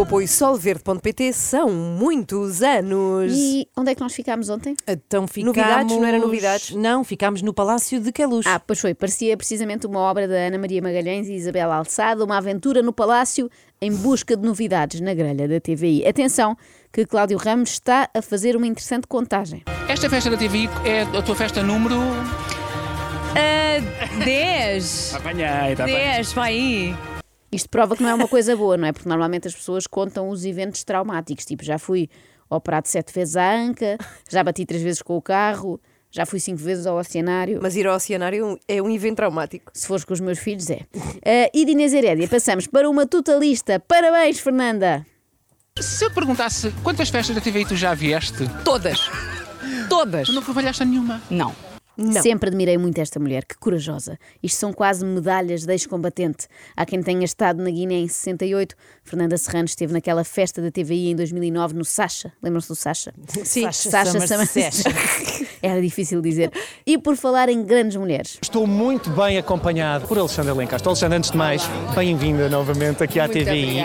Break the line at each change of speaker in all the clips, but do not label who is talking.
apoio solverde.pt são muitos anos.
E onde é que nós ficámos ontem?
Então ficámos...
Novidades, não era novidades?
Não, ficámos no Palácio de Queluz.
Ah, pois foi, parecia precisamente uma obra da Ana Maria Magalhães e Isabel Alçada, uma aventura no Palácio em busca de novidades na grelha da TVI. Atenção, que Cláudio Ramos está a fazer uma interessante contagem.
Esta festa da TV é a tua festa número.
10!
Apanhei, tá está
10, vai aí!
Isto prova que não é uma coisa boa, não é? Porque normalmente as pessoas contam os eventos traumáticos, tipo já fui operado sete vezes à anca, já bati três vezes com o carro, já fui cinco vezes ao oceanário.
Mas ir ao oceanário é um- é um evento traumático.
Se fores com os meus filhos, é. Ah, e de Inês Herédia, passamos para uma totalista. Parabéns, Fernanda!
Se eu te perguntasse quantas festas da TV tu já vieste,
Todas! Todas!
tu não falhaste a nenhuma.
Não.
Não.
Sempre admirei muito esta mulher, que corajosa. Isto são quase medalhas de ex-combatente. Há quem tenha estado na Guiné em 68. Fernanda Serrano esteve naquela festa da TVI em 2009 no Sacha. Lembram-se do Sacha?
Sim,
Sacha Samansecha. Era difícil dizer. E por falar em grandes mulheres.
Estou muito bem acompanhado por Alexandra Lencastre. Alexandra, antes de mais, bem-vinda novamente aqui à TVI.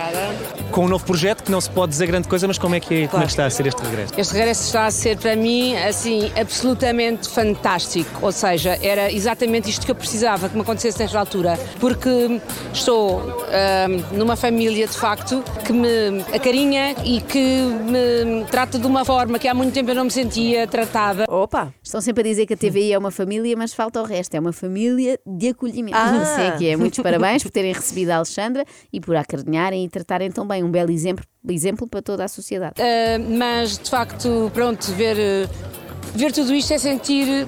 Com um novo projeto que não se pode dizer grande coisa, mas como é que, como é que está a ser este regresso?
Este regresso está a ser para mim assim absolutamente fantástico, ou seja, era exatamente isto que eu precisava que me acontecesse nesta altura, porque estou ahm, numa família de facto que me acarinha e que me trata de uma forma que há muito tempo eu não me sentia tratada.
Opa!
Estão sempre a dizer que a TVI é uma família, mas falta o resto. É uma família de acolhimento.
Ah!
Não sei o que é. Muitos parabéns por terem recebido a Alexandra e por a acarinharem e tratarem tão bem. Um belo exemplo, exemplo para toda a sociedade.
Ah, mas de facto, pronto, ver, eh, ver tudo isto é sentir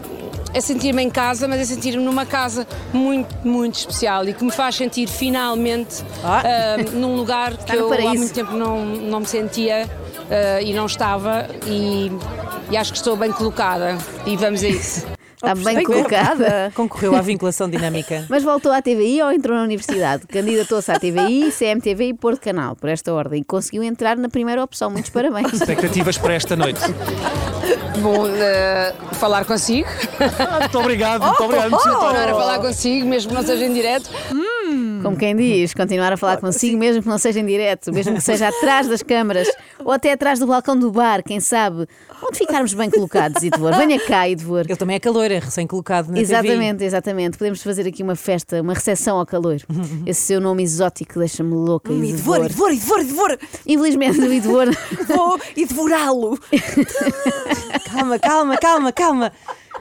é sentir-me em casa, mas é sentir-me numa casa muito, muito especial e que me faz sentir finalmente ah, num lugar que
no
eu há
paraíso.
muito tempo não, não me sentia ah, e não estava e, e acho que estou bem colocada e vamos a isso.
Oh,
Está bem colocada.
Concorreu à vinculação dinâmica.
Mas voltou à TVI ou entrou na universidade? Candidatou-se à TVI, CMTV e Porto Canal, por esta ordem. E Conseguiu entrar na primeira opção. Muitos parabéns.
Expectativas para esta noite.
Bom eh, falar consigo, Oh.
Muito obrigado,
Oh,
muito obrigado. muito
honrar a
obrigado.
falar consigo, mesmo que não seja em direto.
Como quem diz, continuar a falar consigo, mesmo que não seja em direto, mesmo que seja atrás das câmaras ou até atrás do balcão do bar, quem sabe? Onde ficarmos bem colocados, Idevor? Venha cá, Idevor.
Ele também é calor, é recém-colocado na
Exatamente, exatamente. Podemos fazer aqui uma festa, uma recepção ao calor. Esse seu nome exótico deixa-me louca, Idevor.
devor, devor, devor!
Infelizmente, o Idevor.
Vou e devorá-lo!
TV. Calma, calma, calma, calma.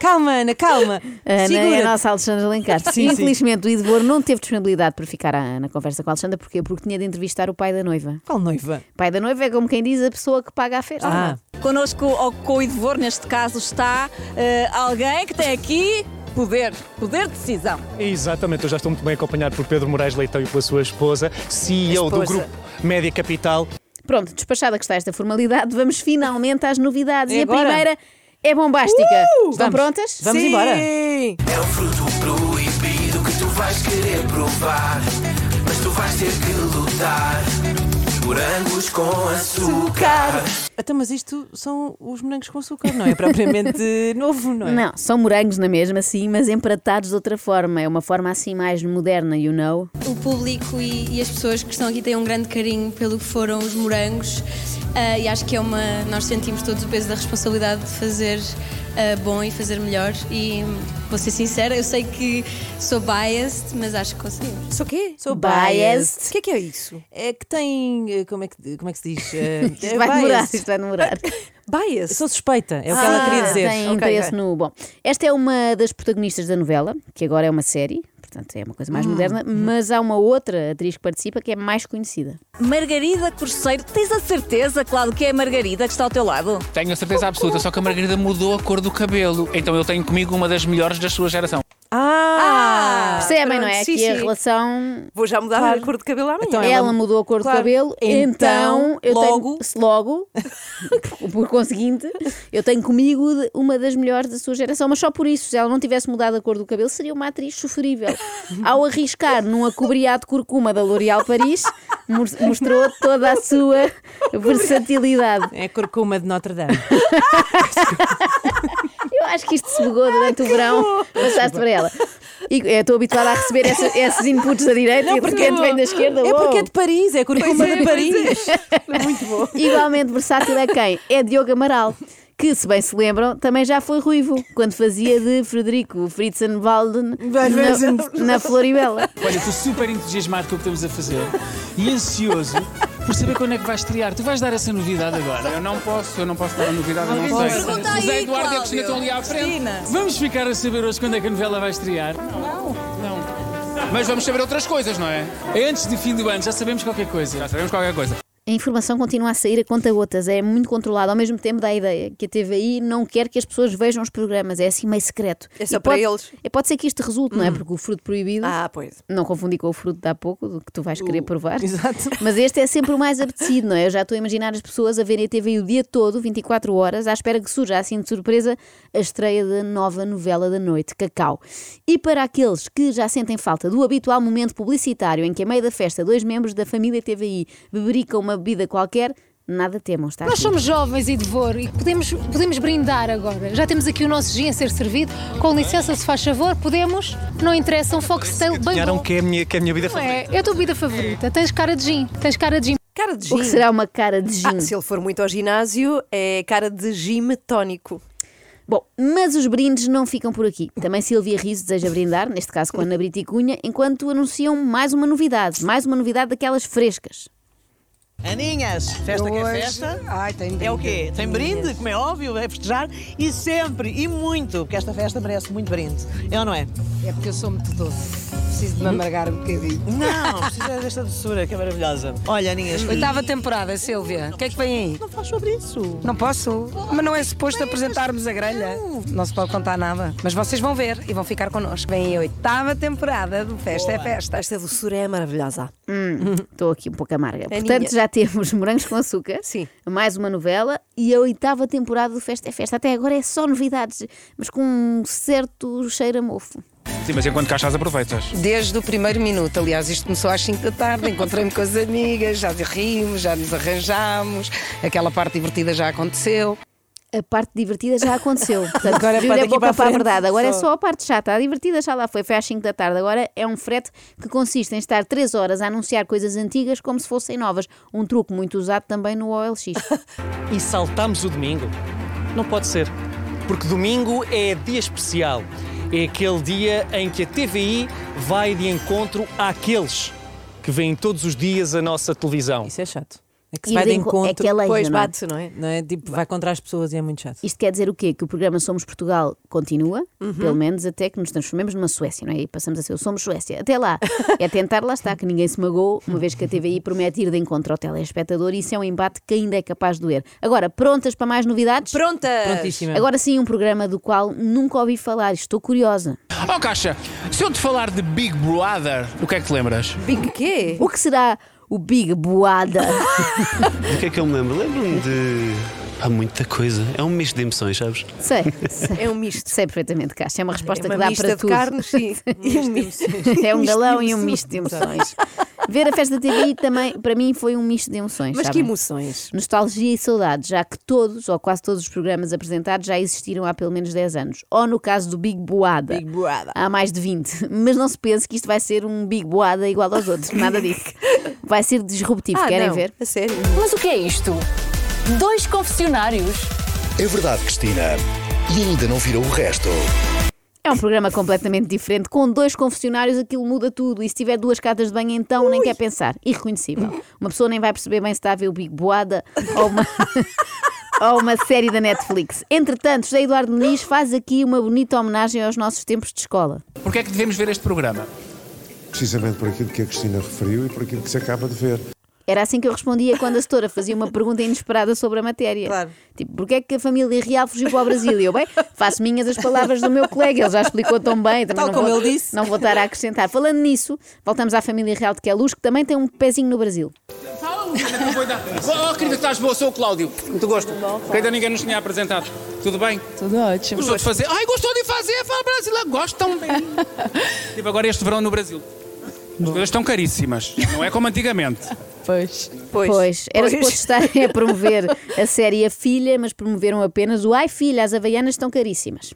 Calma, Ana, calma.
A Ana é
Segura-te.
a nossa Alexandra Lencastre.
Sim, sim.
Infelizmente, o Idebor não teve disponibilidade para ficar à- na conversa com a Alexandra, porquê? Porque tinha de entrevistar o pai da noiva.
Qual noiva?
O pai da noiva é como quem diz a pessoa que paga a festa.
Ah,
Connosco, ou com o Idevor, neste caso, está eh, alguém que tem aqui poder, poder de decisão.
Exatamente, eu já estou muito bem acompanhado por Pedro Moraes Leitão e pela sua esposa, CEO do
Esposa.
grupo Média Capital.
Pronto, despachada que está esta formalidade, vamos finalmente às novidades.
É
e a
agora? Uh!
primeira é bombástica. Estão
vamos.
prontas?
vamos
Sim.
embora.
É o fruto proibido que tu vais querer provar. Mas tu vais ter que lutar. Morangos com açúcar.
Então, mas isto são os morangos com açúcar, não é propriamente novo, não é?
Não, são morangos na mesma, sim, mas empratados de outra forma. É uma forma assim mais moderna, you know.
o público e, e as pessoas que estão aqui têm um grande carinho pelo que foram os morangos ah, e acho que é uma nós sentimos todos o peso da responsabilidade de fazer ah, bom e fazer melhor e vou ser sincera eu sei que sou biased mas acho que conseguimos
Isso o quê?
Sou
Biased.
O que é que é isso?
É que tem. eh, Como é que, como é que se diz? Eh,
Isto vai demorar,
bias.
isto vai demorar.
Bias?
Sou suspeita, é o que ela queria dizer.
Ah, Tem
Ok,
interesse
ok.
no. Bom, esta é uma das protagonistas da novela, que agora é uma série, portanto é uma coisa
Ah.
mais moderna, mas há uma outra atriz que participa que é mais conhecida.
Margarida Corseiro, tens a certeza, Cláudio, que é a Margarida que está ao teu lado?
Tenho a certeza absoluta, só que a Margarida mudou a cor do cabelo. Então eu tenho comigo uma das melhores da sua geração.
Ah!
Percebem,
pronto,
não é?
sim,
que a
sim.
relação.
Vou já mudar a cor de cabelo amanhã.
Então,
Ela, mudou a cor
Claro.
do cabelo, então,
Então,
eu
logo-
tenho. se Logo, por- por conseguinte, eu tenho comigo de- uma das melhores da sua geração, mas só por isso, se ela não tivesse mudado a cor do cabelo, seria uma atriz sofrível. Ao arriscar num acobreado curcuma da L'Oréal Paris, mos- mostrou toda a sua versatilidade.
É curcuma de Notre Dame.
Eu acho que isto se bugou durante o verão, passaste para ela. E é, estou habituada a receber essa- esses inputs da direita e de repente vem da esquerda.
É porque é
uou.
de Paris, é curcuma de Paris.
Igualmente versátil é quem? É Diogo Amaral, que, se bem se lembram, também já foi ruivo, quando fazia de Frederico Fritzenwalden na, na Floribela.
Olha, estou super entusiasmado com o que estamos a fazer e ansioso por saber quando é que vais estrear. Tu vais dar essa novidade agora.
Eu não posso, eu não posso dar a novidade, eu não sei.
Pergunta
Mas
aí,
é Eduardo e a
Cláudio.
Cristina estão ali à frente.
Cristina.
Vamos ficar a saber hoje quando é que a novela vai estrear.
Mas vamos saber outras coisas, não é?
É antes de fim do ano, já sabemos qualquer coisa.
Já sabemos qualquer coisa.
A informação continua a sair a conta gotas, é muito controlada. Ao mesmo tempo, dá a ideia que a TVI não quer que as pessoas vejam os programas, é assim meio secreto.
É só
E pode-
para eles. Uhum.
e Pode ser que isto resulte, não é? Porque o fruto proibido.
Ah, pois.
Não confundi com o fruto de há pouco, do que tu vais querer provar.
Exato.
Mas este é sempre o mais apetecido, não é? Eu já estou a imaginar as pessoas a verem a TV o dia todo, 24 horas, à espera que surja assim de surpresa a estreia da nova novela da noite, Cacau. E para aqueles que já sentem falta do habitual momento publicitário em que, a meio da festa, dois membros da família TVI bebericam uma bebida qualquer, nada temam, está
Nós
aqui.
somos jovens e de devor e podemos, podemos brindar agora. Já temos aqui o nosso gin a ser servido. Com licença, se faz favor, podemos. Não interessa, um Foxtail bem
Ganharam
bom.
que é a minha, que é a minha vida
Não
favorita.
é? É a tua bebida favorita. Tens cara de gin. Tens cara de gin.
Cara de
O que
gin.
será uma cara de gin?
Ah, se ele for muito ao ginásio, é cara de gym tónico.
Bom, mas os brindes não ficam por aqui. Também Silvia Riso deseja brindar, neste caso com a Ana Brita e Cunha, enquanto anunciam mais uma novidade, mais uma novidade daquelas frescas.
Aninhas, festa que é festa.
Ai, tem
É o quê? Tem brinde, como é óbvio, é festejar e sempre e muito, porque esta festa merece muito brinde. É ou não é?
É porque eu sou muito doce. Preciso de me amargar um bocadinho.
Não, precisa desta doçura que é maravilhosa. Olha,
Hum,
Aninhas,
Oitava temporada, Silvia. O que é que vem aí?
não faz sobre isso.
Não posso, mas não é suposto apresentarmos a grelha. Não se pode contar nada. Mas vocês vão ver e vão ficar connosco. Vem a oitava temporada do Festa é Festa.
Esta doçura é maravilhosa.
Estou aqui um pouco amarga.
Aninha.
Portanto, já temos Morangos com Açúcar,
Sim.
mais uma novela e a oitava temporada do Festa é Festa. Até agora é só novidades, mas com um certo cheiro a mofo.
Sim, mas enquanto cá estás, aproveitas.
Desde o primeiro minuto, aliás, isto começou às 5 da tarde, encontrei-me com as amigas, já rimos, já nos arranjámos, aquela parte divertida já aconteceu.
A parte divertida já aconteceu. Portanto,
Agora é
viu
para
da
daqui
boca
para a
para a
frente,
verdade. Agora é
só.
só a parte chata. A divertida já lá foi. Foi às 5 da tarde. Agora é um frete que consiste em estar 3 horas a anunciar coisas antigas como se fossem novas. Um truque muito usado também no OLX.
E saltamos o domingo? Não pode ser. Porque domingo é dia especial. É aquele dia em que a TVI vai de encontro àqueles que veem todos os dias a nossa televisão.
Isso é chato. É que
E
se vai
de
de
enco-
encontro.
é que é leija,
pois
não é?
bate, não é? não é? Tipo, vai contra as pessoas e é muito chato.
Isto quer dizer o quê? Que o programa Somos Portugal continua,
Uhum.
pelo menos até que nos transformemos numa Suécia, não é? E passamos a ser o Somos Suécia. Até lá. É tentar, lá está, que ninguém se magoou, uma vez que a TVI promete ir de encontro ao telespectador e isso é um embate que ainda é capaz de doer. Agora, prontas para mais novidades?
Prontas!
É.
Prontíssima.
Agora sim, um programa do qual nunca ouvi falar, estou curiosa.
Ó, Oh, Caixa, se eu te falar de Big Brother, o que é que te lembras?
Big quê?
O que será o Big Boada?
O que é que eu me lembro? Lembro-me de. Há muita coisa. É um misto de emoções, sabes?
sei, sei.
É um misto.
Sei perfeitamente, Caixa. É uma resposta
É
que
uma
dá
mista
para
de
tudo.
carnes, sim. E um misto.
É um
Misto de
galão e um
emoções.
misto de emoções. Ver a festa da TVI também, para mim, foi um misto de emoções.
Mas que
sabem?
emoções.
Nostalgia e saudade, já que todos, ou quase todos os programas apresentados já existiram há pelo menos 10 anos. Ou no caso do Big Boada.
Big Brother.
Há mais de 20. Mas não se pense que isto vai ser um Big Boada igual aos outros. Nada disso. Vai ser disruptivo.
Ah,
Querem
não.
ver?
A sério.
Mas o que é isto? Dois confessionários.
É verdade, Cristina. E ainda não virou o resto.
É um programa completamente diferente. Com dois confessionários, aquilo muda tudo. E se tiver duas cartas de banho, então nem quer pensar. Irreconhecível. Uma pessoa nem vai perceber bem se está a ver o Big Boada ou uma. ou uma série da Netflix. Entretanto, José Eduardo Muniz faz aqui uma bonita homenagem aos nossos tempos de escola.
Porquê é que devemos ver este programa?
Precisamente por aquilo que a Cristina referiu e por aquilo que se acaba de ver.
Era assim que eu respondia quando a setora fazia uma pergunta inesperada sobre a matéria.
Claro.
Tipo, porquê é que a família real fugiu para o Brasil? E eu, bem, faço minhas as palavras do meu colega, ele já explicou tão bem. também
Tal
não
como
vou-
ele disse.
Não vou estar a acrescentar. Falando nisso, voltamos à família real de Queluz, que também tem um pezinho no Brasil.
Oh, querida, estás boa? Sou o Cláudio. Muito gosto. Que ainda ninguém nos tinha apresentado. Tudo bem?
Tudo ótimo.
Gostou de fazer? Ai, gostou de fazer? Fala brasileiro. Gosto tão bem. tipo, agora este verão no Brasil. As coisas estão caríssimas. Não é como antigamente.
Pois.
Pois, era suposto estar a promover a série A Filha, mas promoveram apenas o Ai Filha, as Havaianas estão caríssimas.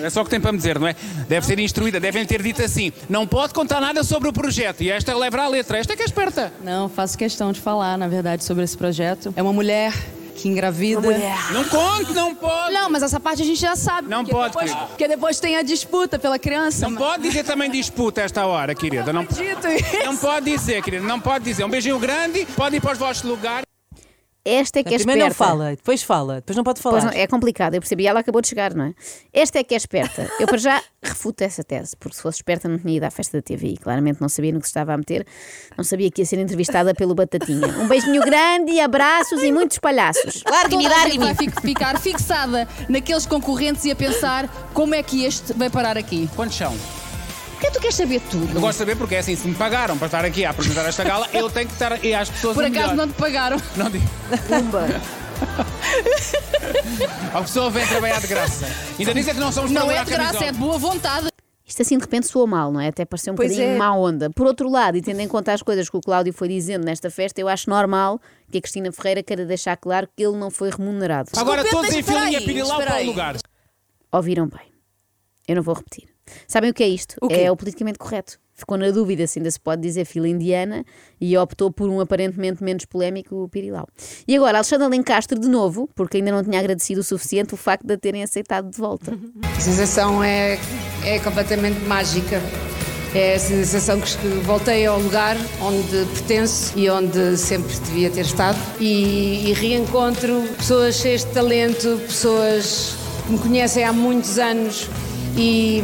É só o que tem para me dizer, não é? Deve ser instruída, devem ter dito assim: não pode contar nada sobre o projeto. E esta leva à letra, esta é que é esperta.
Não, faço questão de falar, na verdade, sobre esse projeto. É uma mulher que engravida.
Uma mulher. Não conte, não pode.
Ah. Não, mas essa parte a gente já sabe.
Não pode,
Depois,
querida.
porque depois tem a disputa pela criança.
Não pode dizer também disputa a esta hora, querida. Não,
acredito nisso.
não pode dizer, querida, não pode dizer. Um beijinho grande, pode ir para os vossos lugares.
Esta é que é
Primeiro não
esperta.
fala, depois fala, depois não pode falar.
Pois não, é complicado, eu percebi. Ela acabou de chegar, não é? Esta é que é esperta. Eu, para já, refuto essa tese, porque se fosse esperta, não tinha ido à festa da TVI. Claramente não sabia no que se estava a meter, não sabia que ia ser entrevistada pelo Batatinha. Um beijinho grande e abraços e muitos palhaços.
Toda a gente Vai
largue-me.
fi- ficar fixada naqueles concorrentes e a pensar como é que este vai parar aqui.
Quantos são?
Porque tu queres saber tudo?
Eu gosto de saber porque é assim, se me pagaram para estar aqui a apresentar esta gala, eu tenho que estar e às pessoas
Por
o
acaso
melhor.
não te pagaram?
Não digo.
Pumba.
A pessoa vem trabalhar de graça. Ainda dizem que não somos
Não
para
é
usar
de graça,
camisola.
é de boa vontade.
Isto assim de repente soa mal, não é? Até pareceu um
Pois
bocadinho
é.
má onda. Por outro lado, e tendo em conta as coisas que o Cláudio foi dizendo nesta festa, eu acho normal que a Cristina Ferreira queira deixar claro que ele não foi remunerado.
Agora
Desculpa,
todos
mas espera
enfilem a
aí,
pirilau
espera
para o
aí.
lugar.
Ouviram bem. Eu não vou repetir. Sabem o que é isto?
O quê?
é o politicamente correto. Ficou na dúvida se ainda se pode dizer fila indiana e optou por um aparentemente menos polémico o Pirilau. E agora, Alexandra Lencastre de novo, porque ainda não tinha agradecido o suficiente o facto de a terem aceitado de volta.
A sensação é, é completamente mágica. É a sensação que que voltei ao lugar onde pertenço e onde sempre devia ter estado. E, e reencontro pessoas cheias de talento, pessoas que me conhecem há muitos anos e,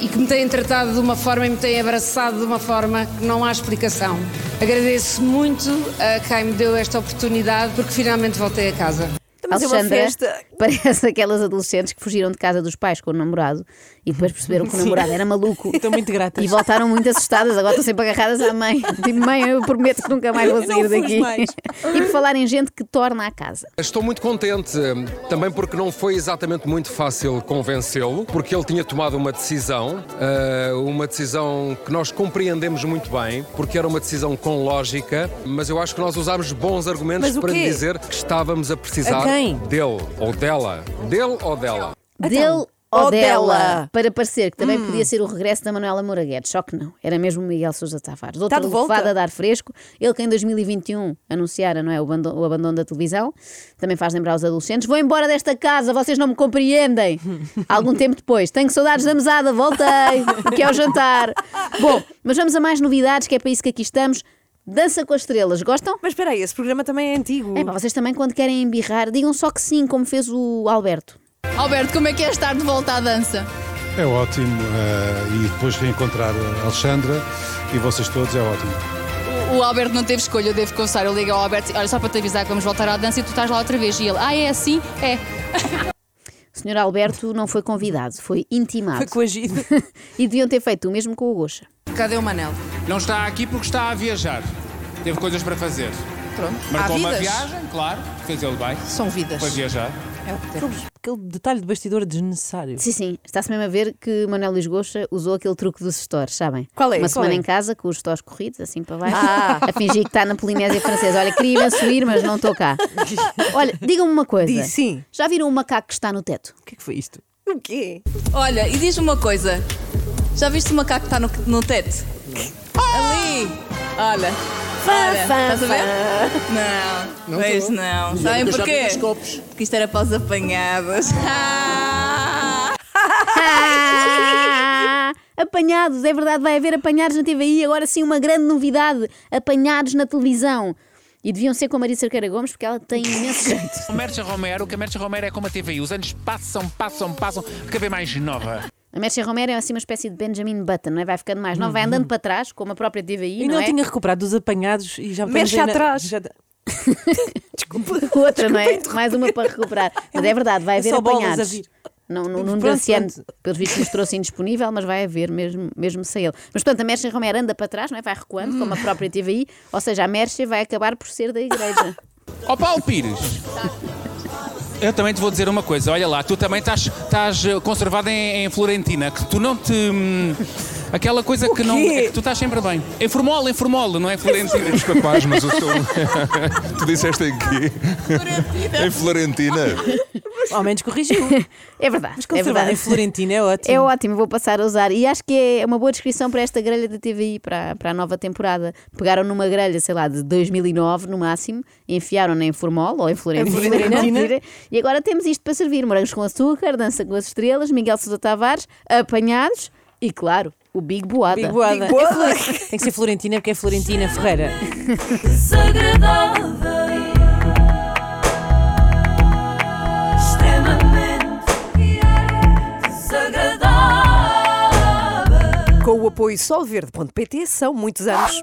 e que me têm tratado de uma forma e me têm abraçado de uma forma que não há explicação. Agradeço muito a quem me deu esta oportunidade porque finalmente voltei a casa.
Alexandra parece aquelas adolescentes que fugiram de casa dos pais com o namorado e depois perceberam que o
Sim.
namorado era maluco.
Estão Tipo, muito gratas.
E voltaram muito assustadas, agora estão sempre agarradas à mãe. Tipo, mãe, eu prometo que nunca mais vou
Não fujo
sair daqui.
mais.
E por falar em gente que torna a casa.
Estou muito contente, também porque não foi exatamente muito fácil convencê-lo, porque ele tinha tomado uma decisão, eh, uma decisão que nós compreendemos muito bem, porque era uma decisão com lógica, mas eu acho que nós usámos bons argumentos
Mas o
para lhe
quê?
dizer que estávamos a precisar
A quem?
dele ou dela. Dele ou dela.
Dele ou
Então, ou
dela.
dela. Hum.
Para parecer que também podia ser o regresso da Manuela Moura Guedes, só que não. Era mesmo o Miguel Sousa Tavares. Outra
Tá de volta?
levada a dar fresco. Ele que em 2021 anunciara não é, o, abandono, o abandono da televisão. Também faz lembrar os adolescentes. Vou embora desta casa, vocês não me compreendem. Algum tempo depois. Tenho saudades da mesada, voltei. O que é o jantar? Bom, mas vamos a mais novidades, que é para isso que aqui estamos. Dança com as estrelas, gostam?
Mas espera aí, esse programa também é antigo.
É, pá, vocês também quando querem embirrar, digam só que sim, como fez o Alberto.
Alberto, como é que é estar de volta à dança?
É ótimo. eh, e depois reencontrar a eh, Alexandra e vocês todos é ótimo.
O, o Alberto não teve escolha, eu devo confessar. Eu ligo ao Alberto, olha só para te avisar que vamos voltar à dança e tu estás lá outra vez. E ele, ah, é assim? É.
O Sr. Alberto não foi convidado, foi intimado. Foi
coagido.
e deviam ter feito o mesmo com o Gocha.
Cadê o Manel?
Não está aqui porque está a viajar. Teve coisas para fazer.
Pronto.
Marcou
Há
uma
vidas.
viagem, claro, fez ele bem.
São vidas.
Foi viajar.
Aquele, aquele detalhe de bastidor desnecessário.
Sim, sim, está-se mesmo a ver que Manuel Luís Gocha usou aquele truque dos stores, sabem?
Qual é?
Uma
Qual
semana
é?
em casa com os stores corridos, assim para baixo,
Ah.
a fingir que está na Polinésia Francesa. Olha, queria imenso ir, mas não estou cá. Olha, digam-me uma coisa.
Diz, sim.
Já viram um macaco que está no teto?
O que é que foi isto?
O quê? Olha, e diz-me uma coisa. Já viste o macaco que está no, no teto? Ali! Olha. Olha, estás a ver? Não,
Não
pois
tô.
não.
Mas olha que eu já
Sabem
vi
porquê?
nos copos.
Porque isto era para os apanhados. Ah!
Ah, apanhados, é verdade, vai haver apanhados na TVI, agora sim uma grande novidade: apanhados na televisão. E deviam ser com a Maria Cerqueira Gomes, porque ela tem imenso jeito.
O Mercha Romero, que a Mercha Romero é como a TVI. Os anos passam, passam, passam. Cada vez mais nova.
A Mércia Romero é assim uma espécie de Benjamin Button, não é? Vai ficando mais, não vai andando para trás, como a própria TVI,
Uhum. E
não,
não,
é?
tinha recuperado os apanhados e já
Mexe
já na-
atrás.
já da-
Outra, não é? Mais uma para recuperar. Mas é verdade, vai
é
haver
só bolas
apanhados.
a vir.
Não, não, não
Pronto,
Graciano, pelos vistos, mostrou-se indisponível, mas vai haver mesmo, mesmo sem ele. Mas, portanto, a Mércia Romero anda para trás, não é? Vai recuando, como a própria TVI, ou seja, a Mércia vai acabar por ser da igreja.
Ó Paulo Pires. Eu também te vou dizer uma coisa. Olha lá, tu também estás, estás eh, conservada em, em Florentina. Que tu não te... hum, aquela coisa que não...
quê?
é que tu estás sempre bem. Em Formola, em Formola, não é Florentina.
Desculpa, Paz, mas eu sou. tu disseste em quê? em Florentina.
Ao menos corrigiu.
é verdade.
Mas
é
conservar
verdade.
em Florentino é ótimo.
É ótimo, vou passar a usar. E acho que é uma boa descrição para esta grelha da TVI, para, para a nova temporada. Pegaram numa grelha, sei lá, de 2009 no máximo, enfiaram-na em Formol ou em Florentina.
Em Florentina.
Florentina. E agora temos isto para servir: morangos com açúcar, dança com as estrelas, Miguel Sousa Tavares, apanhados e, claro, o Big Boada.
Big Boada. É Flore- Tem que ser Florentina porque é Florentina Ferreira.
Desagradável, extremamente desagradável.
Com o apoio solverde.pt são muitos anos.